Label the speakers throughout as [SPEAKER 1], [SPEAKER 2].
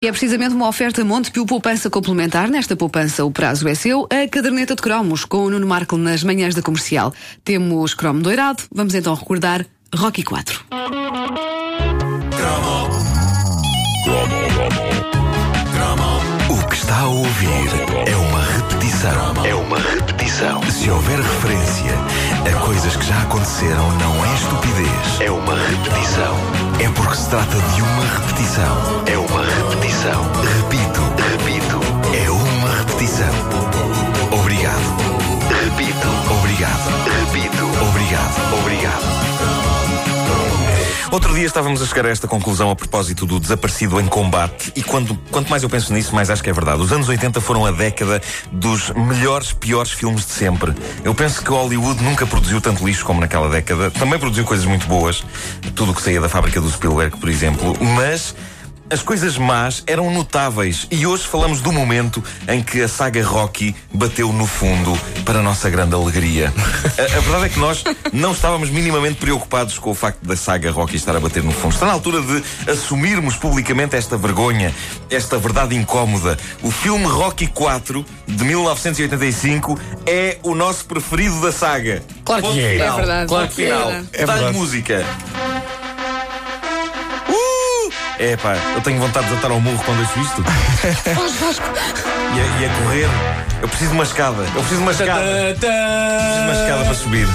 [SPEAKER 1] E é precisamente uma oferta Montepio Poupança Complementar. Nesta poupança, o prazo é seu. A caderneta de cromos, com o Nuno Marco nas manhãs da comercial. Temos cromo doirado. Vamos então recordar Rocky 4.
[SPEAKER 2] O que está a ouvir é uma repetição. É uma repetição. Se houver referência a coisas que já aconteceram, não é estupidez. É uma repetição. É porque se trata de uma repetição. É uma repetição. Repito, repito. É uma repetição. Obrigado. Repito. Obrigado. Repito. Obrigado. Obrigado.
[SPEAKER 3] Outro dia estávamos a chegar a esta conclusão a propósito do desaparecido em combate, e quando, quanto mais eu penso nisso, mais acho que é verdade. Os anos 80 foram a década dos melhores, piores filmes de sempre. Eu penso que Hollywood nunca produziu tanto lixo como naquela década. Também produziu coisas muito boas, tudo o que saía da fábrica do Spielberg, por exemplo, mas. As coisas más eram notáveis e hoje falamos do momento em que a saga Rocky bateu no fundo para a nossa grande alegria. A, a verdade é que nós não estávamos minimamente preocupados com o facto da saga Rocky estar a bater no fundo. Está na altura de assumirmos publicamente esta vergonha, esta verdade incómoda. O filme Rocky 4 de 1985 é o nosso preferido da saga.
[SPEAKER 1] Claro que
[SPEAKER 3] Ponto
[SPEAKER 1] é.
[SPEAKER 3] final.
[SPEAKER 1] É verdade.
[SPEAKER 3] Ponto final.
[SPEAKER 1] É
[SPEAKER 3] Dá-lhe música. Uh! É pá, eu tenho vontade de atar ao morro quando ouço isto. e, a, e a correr. Eu preciso de uma escada. Eu preciso de uma escada. Preciso de uma escada para subir.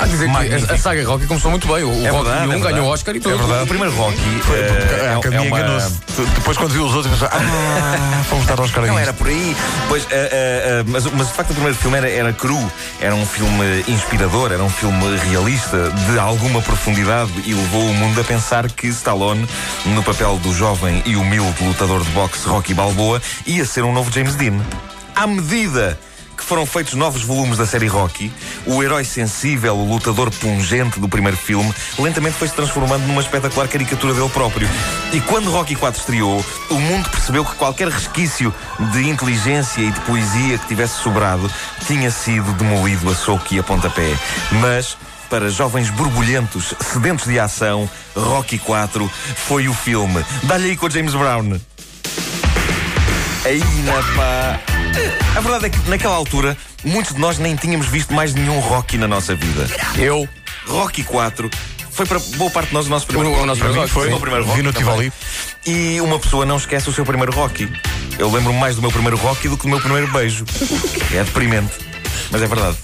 [SPEAKER 4] Há de dizer
[SPEAKER 3] Magnífico.
[SPEAKER 4] que a- a saga Rocky começou muito bem. O
[SPEAKER 3] É
[SPEAKER 4] Rocky
[SPEAKER 3] verdade, é
[SPEAKER 4] 1
[SPEAKER 3] verdade.
[SPEAKER 4] ganhou o Oscar e tudo.
[SPEAKER 3] É verdade. O primeiro Rocky. eh, é-
[SPEAKER 5] A
[SPEAKER 3] é
[SPEAKER 5] academia
[SPEAKER 3] uma-
[SPEAKER 5] enganou-se. De- Depois, quando viu os outros, pensou: Ah, vamos dar aos caras.
[SPEAKER 3] Não
[SPEAKER 5] nisto."
[SPEAKER 3] era por aí. Pois, ah, ah, ah, mas, mas de facto o primeiro filme era, era cru, era um filme inspirador, era um filme realista, de alguma profundidade, e levou o mundo a pensar que Stallone, no papel do jovem e humilde lutador de boxe Rocky Balboa, ia ser um novo James Dean. À medida que foram feitos novos volumes da série Rocky, o herói sensível, o lutador pungente do primeiro filme, lentamente foi se transformando numa espetacular caricatura dele próprio. E quando Rocky 4 estreou, o mundo percebeu que qualquer resquício de inteligência e de poesia que tivesse sobrado tinha sido demolido a soco e a pontapé. Mas. Para jovens borbulhentos, sedentos de ação, Rocky 4 foi o filme. Dá-lhe aí com o James Brown. Aí na pá. A verdade é que naquela altura muitos de nós nem tínhamos visto mais nenhum Rocky na nossa vida.
[SPEAKER 4] Eu.
[SPEAKER 3] Rocky 4 foi para boa parte de nós o nosso primeiro
[SPEAKER 4] O- o nosso primeiro
[SPEAKER 3] Rocky.
[SPEAKER 4] Rocky,
[SPEAKER 3] Foi
[SPEAKER 4] sim.
[SPEAKER 3] o primeiro Rocky.
[SPEAKER 5] Vi no
[SPEAKER 3] também.
[SPEAKER 5] Tivoli.
[SPEAKER 3] E uma pessoa não esquece o seu primeiro Rocky. Eu lembro me mais do meu primeiro Rocky do que do meu primeiro beijo. É deprimente. Mas é verdade.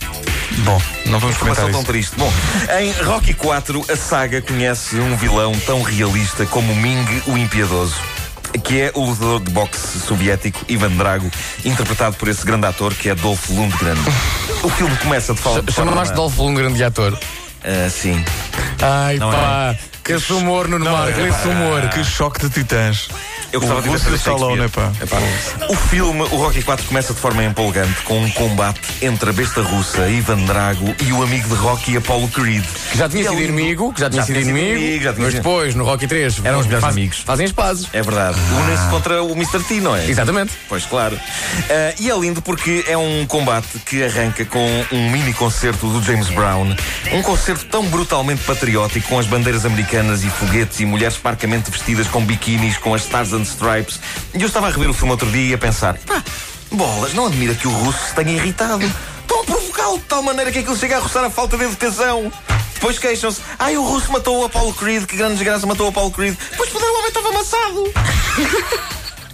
[SPEAKER 5] Bom, não vamos
[SPEAKER 3] Informação
[SPEAKER 5] comentar isso.
[SPEAKER 3] tão triste. Bom, em Rocky 4, a saga conhece um vilão tão realista como Ming o Impiedoso. Que é o lutador de boxe soviético Ivan Drago, interpretado por esse grande ator que é Dolph Lundgren. O filme começa de fal- de forma.
[SPEAKER 4] Chama mais de Dolph Lundgren de ator.
[SPEAKER 3] Ah, sim.
[SPEAKER 4] Ai
[SPEAKER 3] Não é.
[SPEAKER 4] pá. Que esse humor, Nuno Marco. Esse humor.
[SPEAKER 3] Ah.
[SPEAKER 5] Que choque de titãs.
[SPEAKER 3] Eu gostava
[SPEAKER 5] o
[SPEAKER 3] de ver
[SPEAKER 5] Russo
[SPEAKER 3] fazer
[SPEAKER 5] Stallone,
[SPEAKER 3] Shakespeare.
[SPEAKER 5] pá.
[SPEAKER 3] O filme, o Rocky 4, começa de forma empolgante com um combate entre a besta russa Ivan Drago e o amigo de Rocky Apollo Creed.
[SPEAKER 4] Que já tinha
[SPEAKER 3] E é
[SPEAKER 4] sido
[SPEAKER 3] lindo.
[SPEAKER 4] inimigo. Que já tinha sido inimigo.
[SPEAKER 3] já tinha
[SPEAKER 4] Mas
[SPEAKER 3] sido-
[SPEAKER 4] depois, no Rocky 3.
[SPEAKER 3] Eram os melhores amigos.
[SPEAKER 4] Fazem as pazes.
[SPEAKER 3] É verdade. Unem-se contra o Mr. T, não é?
[SPEAKER 4] Exatamente.
[SPEAKER 3] Pois claro. Ah, e é lindo porque é um combate que arranca com um mini concerto do James Brown. Um concerto tão brutalmente patriótico, com as bandeiras americanas e foguetes e mulheres parcamente vestidas com biquinis, com as Stars and Stripes. E eu estava a rever o filme outro dia e a pensar: pá, bolas, não admira que o russo se tenha irritado. Estão a provocá-lo de tal maneira que aquilo chega a roçar a falta de educação. Depois queixam-se: ai, o russo matou o Apollo Creed, que grande desgraça matou o Apollo Creed. Pois poder, o homem estava amassado.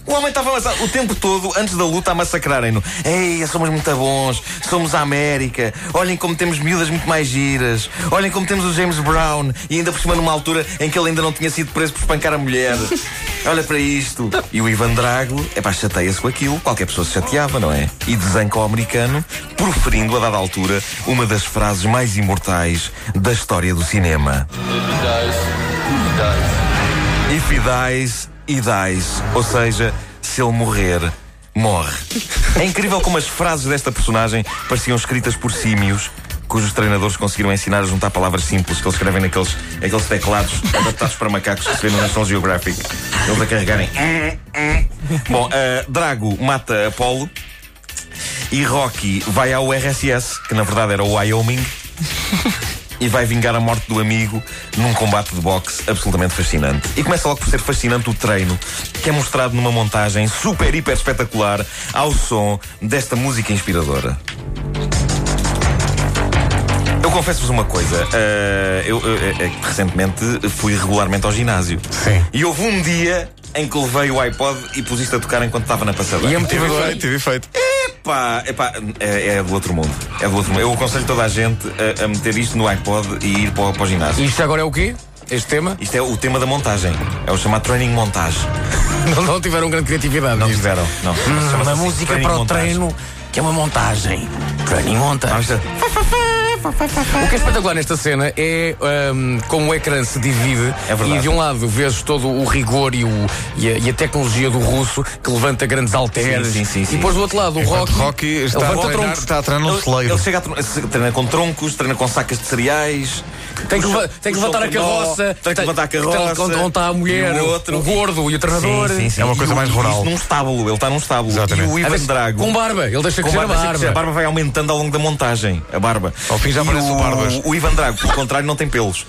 [SPEAKER 3] O homem estava amassado o tempo todo, antes da luta, a massacrarem-no. Ei, somos muito bons, somos a América. Olhem como temos miúdas muito mais giras. Olhem como temos o James Brown. E ainda por cima, numa altura em que ele ainda não tinha sido preso por espancar a mulher. Olha para isto. E o Ivan Drago, é pá, chateia-se com aquilo. Qualquer pessoa se chateava, não é? E desanca ao americano, proferindo, a dada altura, uma das frases mais imortais da história do cinema. If he dies, he dies. Ou seja, se ele morrer, morre. É incrível como as frases desta personagem pareciam escritas por símios. Cujos treinadores conseguiram ensinar a juntar palavras simples que eles escrevem naqueles aqueles teclados adaptados para macacos que se vê no National Geographic. Eles a carregarem. Bom, ah, Drago mata Apolo e Rocky vai ao RSS, que na verdade era o Wyoming, e vai vingar a morte do amigo num combate de boxe absolutamente fascinante. E começa logo por ser fascinante o treino, que é mostrado numa montagem super, hiper espetacular ao som desta música inspiradora. Eu confesso-vos uma coisa. eh, eu, eh, eh, recentemente fui regularmente ao ginásio.
[SPEAKER 4] Sim.
[SPEAKER 3] E houve um dia em que levei o iPod e pus isto a tocar enquanto estava na passadeira.
[SPEAKER 4] E é motivador.
[SPEAKER 5] Tive efeito.
[SPEAKER 3] Epá, epá, é, é do outro mundo. É do outro mundo. Eu aconselho toda a gente a, a meter isto no iPod e ir para, o- para o ginásio.
[SPEAKER 4] Isto agora é o quê? Este tema?
[SPEAKER 3] Isto é o tema da montagem. É o chamado training montage.
[SPEAKER 4] Não, não tiveram grande criatividade.
[SPEAKER 3] Não
[SPEAKER 4] nisto.
[SPEAKER 3] tiveram, não.
[SPEAKER 4] Hum,
[SPEAKER 3] Chama-se
[SPEAKER 6] Uma
[SPEAKER 3] assim,
[SPEAKER 6] música
[SPEAKER 3] training
[SPEAKER 6] para o
[SPEAKER 3] montage.
[SPEAKER 6] treino, que é uma montagem. Training
[SPEAKER 3] Ah,
[SPEAKER 6] montagem.
[SPEAKER 3] isto é-
[SPEAKER 4] O que é espetacular nesta cena é ahm, como o ecrã se divide
[SPEAKER 3] É verdade.
[SPEAKER 4] e de um lado vês todo o rigor e, o- e a, e a tecnologia do russo que levanta grandes halteres
[SPEAKER 3] Sim, sim, sim, sim.
[SPEAKER 4] e depois do outro lado o
[SPEAKER 5] Enquanto
[SPEAKER 4] Rocky,
[SPEAKER 5] Rocky está a
[SPEAKER 4] levanta
[SPEAKER 5] treinar,
[SPEAKER 4] troncos.
[SPEAKER 5] está a treinar um
[SPEAKER 3] Ele,
[SPEAKER 5] celeiro.
[SPEAKER 3] ele chega a tr- se- treina com troncos, treina com sacas de cereais.
[SPEAKER 4] Tem
[SPEAKER 3] puxa-
[SPEAKER 4] que, leva- tem que
[SPEAKER 3] puxa
[SPEAKER 4] levantar
[SPEAKER 3] o
[SPEAKER 4] a
[SPEAKER 3] trenó,
[SPEAKER 4] carroça,
[SPEAKER 3] Tem que levantar a carroça.
[SPEAKER 4] tem- onde está a mulher,
[SPEAKER 3] e
[SPEAKER 4] o,
[SPEAKER 3] o outro.
[SPEAKER 4] gordo e o treinador.
[SPEAKER 5] É uma coisa
[SPEAKER 3] E o-
[SPEAKER 5] mais
[SPEAKER 3] e
[SPEAKER 5] rural.
[SPEAKER 3] Isto num estábulo, ele está num estábulo.
[SPEAKER 5] Exatamente.
[SPEAKER 3] E o
[SPEAKER 4] A ver
[SPEAKER 3] Ivan
[SPEAKER 4] se-
[SPEAKER 3] Drago.
[SPEAKER 4] Com barba, ele deixa
[SPEAKER 3] Com
[SPEAKER 4] crescer a
[SPEAKER 3] barba, deixa crescer.
[SPEAKER 4] barba.
[SPEAKER 3] a barba vai aumentando ao longo da montagem. A barba.
[SPEAKER 5] Ao fim já
[SPEAKER 3] E
[SPEAKER 5] aparece o Barbas.
[SPEAKER 3] O Ivan Drago, pelo contrário, não tem pelos.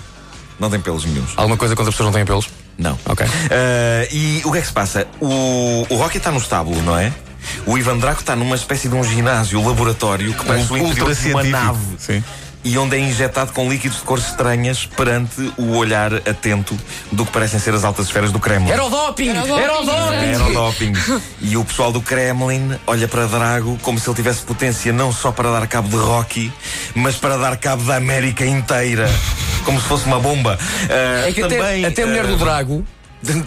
[SPEAKER 3] Não tem pelos nenhums.
[SPEAKER 4] Alguma coisa quando as pessoas não têm pelos?
[SPEAKER 3] Não.
[SPEAKER 4] Ok.
[SPEAKER 3] Ah, e o que é que se passa? O, o Rocky está no estábulo, não é? O Ivan Draco está numa espécie de um ginásio, laboratório, que parece o interior de uma
[SPEAKER 5] ultracientífico.
[SPEAKER 3] nave.
[SPEAKER 5] Um Sim.
[SPEAKER 3] E onde é injetado com líquidos de cores estranhas perante o olhar atento do que parecem ser as altas esferas do Kremlin.
[SPEAKER 4] Era o doping! Era o doping! é.
[SPEAKER 3] Era o doping. E o pessoal do Kremlin olha para Drago como se ele tivesse potência não só para dar cabo de Rocky, mas para dar cabo da América inteira. Como se fosse uma bomba. Ah,
[SPEAKER 4] É que até,
[SPEAKER 3] também,
[SPEAKER 4] até a mulher
[SPEAKER 3] ah,
[SPEAKER 4] do Drago,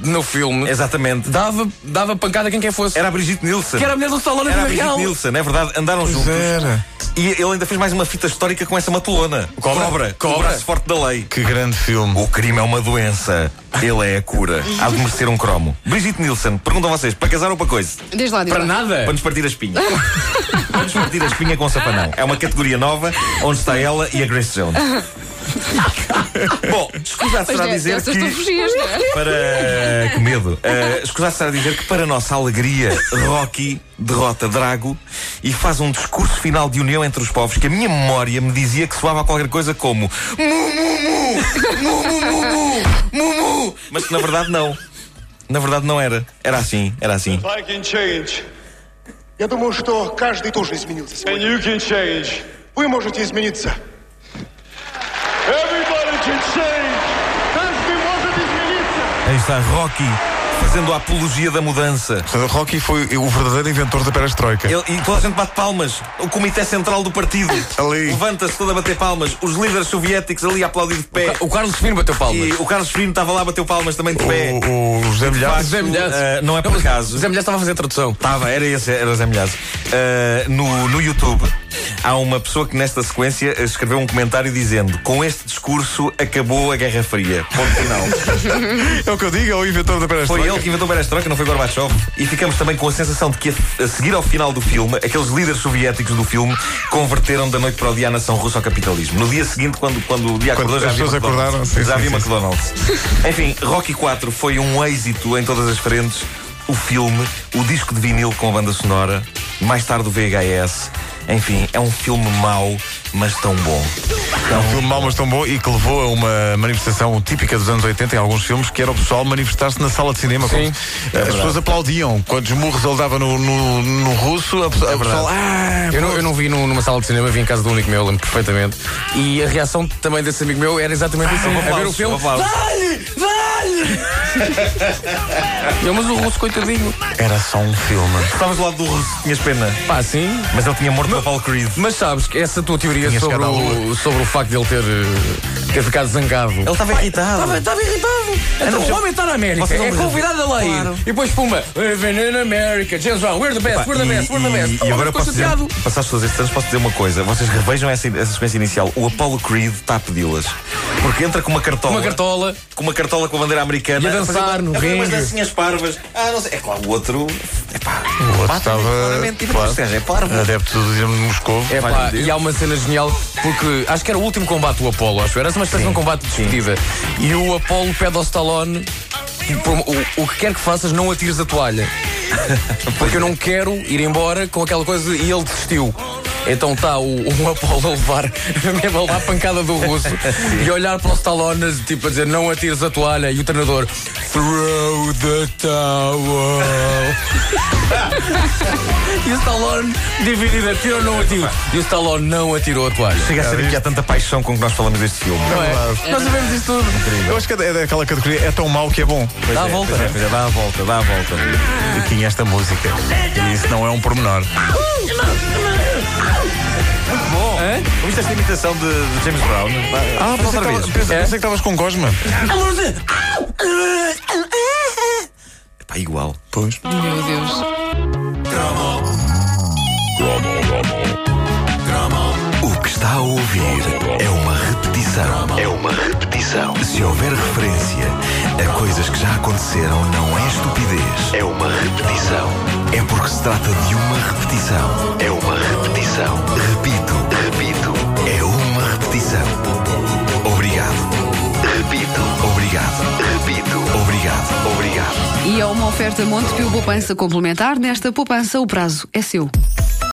[SPEAKER 4] no filme,
[SPEAKER 3] Exatamente.
[SPEAKER 4] dava, dava pancada a quem quer fosse.
[SPEAKER 3] Era a Brigitte Nielsen.
[SPEAKER 4] Que era a mulher do Stallone na
[SPEAKER 3] Era a
[SPEAKER 4] vida real.
[SPEAKER 3] Brigitte Nielsen, é verdade. Andaram
[SPEAKER 5] Pois
[SPEAKER 3] juntos.
[SPEAKER 5] era.
[SPEAKER 3] E ele ainda fez mais uma fita histórica com essa matulona.
[SPEAKER 4] Cobra. Cobra.
[SPEAKER 3] O braço forte da lei.
[SPEAKER 5] Que grande filme.
[SPEAKER 3] O crime é uma doença. Ele é a cura. Há de merecer um cromo. Brigitte Nielsen, perguntam vocês, para casar ou para coisa?
[SPEAKER 1] Desde lá, diz lá.
[SPEAKER 4] Para
[SPEAKER 7] É.
[SPEAKER 4] nada.
[SPEAKER 3] Para nos partir a espinha. para nos partir a espinha com safanão. É uma categoria nova onde está ela e a Grace Jones. Bom, escusado
[SPEAKER 7] Pois
[SPEAKER 3] será
[SPEAKER 7] é,
[SPEAKER 3] dizer
[SPEAKER 7] dessas
[SPEAKER 3] que.
[SPEAKER 7] tu fugias, não é?
[SPEAKER 3] Para. Que medo. Uh, escusado será dizer que, para a nossa alegria, Rocky derrota Drago e faz um discurso final de união entre os povos que a minha memória me dizia que soava qualquer coisa como. Mu, mu, mu! Mu, mu, mu, mu! Mu, mu! Mas que na verdade não. Na verdade não era. Era assim, era assim.
[SPEAKER 8] I can change,
[SPEAKER 9] Я думаю, что каждый тоже изменился
[SPEAKER 8] and
[SPEAKER 9] сегодня.
[SPEAKER 8] you can change.
[SPEAKER 9] Вы можете измениться.
[SPEAKER 8] Everybody can change. Каждый может измениться.
[SPEAKER 3] Aí está Rocky fazendo a apologia da mudança.
[SPEAKER 5] Portanto, Rocky foi o verdadeiro inventor da perestroika.
[SPEAKER 3] Ele- e toda a gente bate palmas. O Comitê Central do Partido
[SPEAKER 5] Ali.
[SPEAKER 3] levanta-se todo a bater palmas. Os líderes soviéticos ali a aplaudir de pé.
[SPEAKER 4] O Carlos Firmo bateu palmas.
[SPEAKER 3] E o Carlos Firmino estava lá a bater palmas também de pé.
[SPEAKER 5] O, o José Milhares.
[SPEAKER 4] Zé Milhazes.
[SPEAKER 3] eh, não é por
[SPEAKER 4] mas
[SPEAKER 3] acaso.
[SPEAKER 4] Zé Milhazes estava a fazer a tradução.
[SPEAKER 3] Estava, era esse, era o Zé Milhazes. Ah, no, no YouTube há uma pessoa que nesta sequência escreveu um comentário dizendo: Com este discurso acabou a Guerra Fria. Ponto final.
[SPEAKER 5] É o que eu digo, é o inventor da
[SPEAKER 3] Foi
[SPEAKER 5] perestroika.
[SPEAKER 3] ele que inventou Perestroika, não foi Gorbachev. E ficamos também com a sensação de que, a, a seguir ao final do filme, aqueles líderes soviéticos do filme converteram da noite para o dia a nação russa ao capitalismo. No dia seguinte, quando, quando o dia
[SPEAKER 5] Quando
[SPEAKER 3] acordou, já
[SPEAKER 5] as
[SPEAKER 3] havia
[SPEAKER 5] pessoas
[SPEAKER 3] McDonald's.
[SPEAKER 5] acordaram, sim,
[SPEAKER 3] já
[SPEAKER 5] sim,
[SPEAKER 3] havia
[SPEAKER 5] sim, sim.
[SPEAKER 3] McDonald's. Enfim, Rocky 4 foi um êxito em todas as frentes. O filme, o disco de vinil com a banda sonora, mais tarde o VHS. Enfim, é um filme mau, mas tão bom.
[SPEAKER 5] É um filme mau, mas tão bom e que levou a uma manifestação típica dos anos 80 em alguns filmes, que era o pessoal manifestar-se na sala de cinema.
[SPEAKER 3] É
[SPEAKER 4] Sim.
[SPEAKER 5] Como se- as pessoas aplaudiam. Quando esmurros ele dava no, no, no russo, a, pessoa,
[SPEAKER 3] É
[SPEAKER 5] o pessoal. Ah,
[SPEAKER 4] Eu não, eu não vi num- numa sala de cinema, vi em casa do único meu, lembro perfeitamente. E a reação também desse amigo meu era
[SPEAKER 3] Um
[SPEAKER 4] exatamente assim. a ver o
[SPEAKER 3] Ah, Aplausos,
[SPEAKER 4] filme.
[SPEAKER 3] aplausos.
[SPEAKER 4] Eu, mas o russo, coitadinho.
[SPEAKER 5] Era só um filme.
[SPEAKER 3] Estavas do lado do russo, tinhas pena.
[SPEAKER 4] Pá, sim.
[SPEAKER 3] Mas ele tinha morto o Paul Creed.
[SPEAKER 4] Mas sabes que essa tua teoria
[SPEAKER 5] Tinha
[SPEAKER 4] sobre
[SPEAKER 5] chegado à
[SPEAKER 4] o, sobre o facto de ele ter, eh, ter ficado zangado.
[SPEAKER 3] Ele estava irritado.
[SPEAKER 4] Estava irritado. Então,
[SPEAKER 3] mas
[SPEAKER 4] o
[SPEAKER 3] eu-
[SPEAKER 4] homem está na América.
[SPEAKER 3] Vocês não
[SPEAKER 4] É
[SPEAKER 3] me-
[SPEAKER 4] convidado a lá ir.
[SPEAKER 3] Claro.
[SPEAKER 4] E depois, pumba, Veneno América. James Brown, we're the best, we're the
[SPEAKER 3] E-
[SPEAKER 4] best, we're the best.
[SPEAKER 3] E,
[SPEAKER 4] Oh,
[SPEAKER 3] e agora
[SPEAKER 4] ficou
[SPEAKER 3] posso dizer,
[SPEAKER 4] chateado.
[SPEAKER 3] passados todos estes anos, posso dizer uma coisa. Vocês revejam essa, essa sequência inicial. O Apollo Creed está a pedi-las. Porque entra com uma cartola.
[SPEAKER 4] Uma cartola.
[SPEAKER 3] Com uma cartola com a bandeira americana.
[SPEAKER 4] E a dançar
[SPEAKER 3] fazer uma-
[SPEAKER 4] no
[SPEAKER 3] a fazer umas
[SPEAKER 4] ringue.
[SPEAKER 3] dancinhas parvas. Ah, não sei. É claro, o outro. Epá,
[SPEAKER 5] O outro
[SPEAKER 3] bate-me
[SPEAKER 5] estava.
[SPEAKER 3] claramente. E depois este gajo é parvo.
[SPEAKER 5] adepto do Dinamo de Moscou.
[SPEAKER 4] É
[SPEAKER 3] Vai
[SPEAKER 4] pá,
[SPEAKER 3] medir.
[SPEAKER 4] e há uma cena genial porque acho que era o último combate do Apolo, acho. Era uma espécie de um combate de despedida. E o Apolo pede ao Stallone "Por- o, o que quer que faças, não atires a toalha. Porque eu não quero ir embora com aquela coisa e ele desistiu. Então está o, o Apolo a levar, mesmo a levar a pancada do russo e a olhar para o Stallone, tipo a dizer não atires a toalha e o treinador throw the towel. e o Stallone dividido, atira ou não atira? E o Stallone não atirou a toalha.
[SPEAKER 3] Chega a saber que há tanta paixão com que nós falamos deste filme.
[SPEAKER 4] Não é? Nós sabemos isto tudo.
[SPEAKER 5] Eu acho que é daquela categoria, é tão mau que é bom.
[SPEAKER 4] Dá a volta.
[SPEAKER 3] Pois é, pois é, dá a volta, dá a volta.
[SPEAKER 5] E tinha é esta música. E isso não é um pormenor.
[SPEAKER 3] Muito bom. Ouviste esta imitação de, de James Brown?
[SPEAKER 5] Ah,
[SPEAKER 3] Faz
[SPEAKER 5] pensei
[SPEAKER 3] outra
[SPEAKER 5] que,
[SPEAKER 3] vez.
[SPEAKER 5] tava- pensei-
[SPEAKER 4] É?
[SPEAKER 5] pensei que estavas com Cosma.
[SPEAKER 3] Pá, igual.
[SPEAKER 5] Pois.
[SPEAKER 1] Meu Deus.
[SPEAKER 2] O que está a ouvir é uma repetição. É uma repetição. Se houver referência a coisas que já aconteceram, não é estupidez. É uma repetição. É porque se trata de uma repetição. É uma repetição. Repito, repito. É uma repetição. Obrigado. Repito. Obrigado. Repito. Obrigado. Obrigado.
[SPEAKER 1] E é uma oferta Montepio Poupança Complementar. Nesta poupança, o prazo é seu.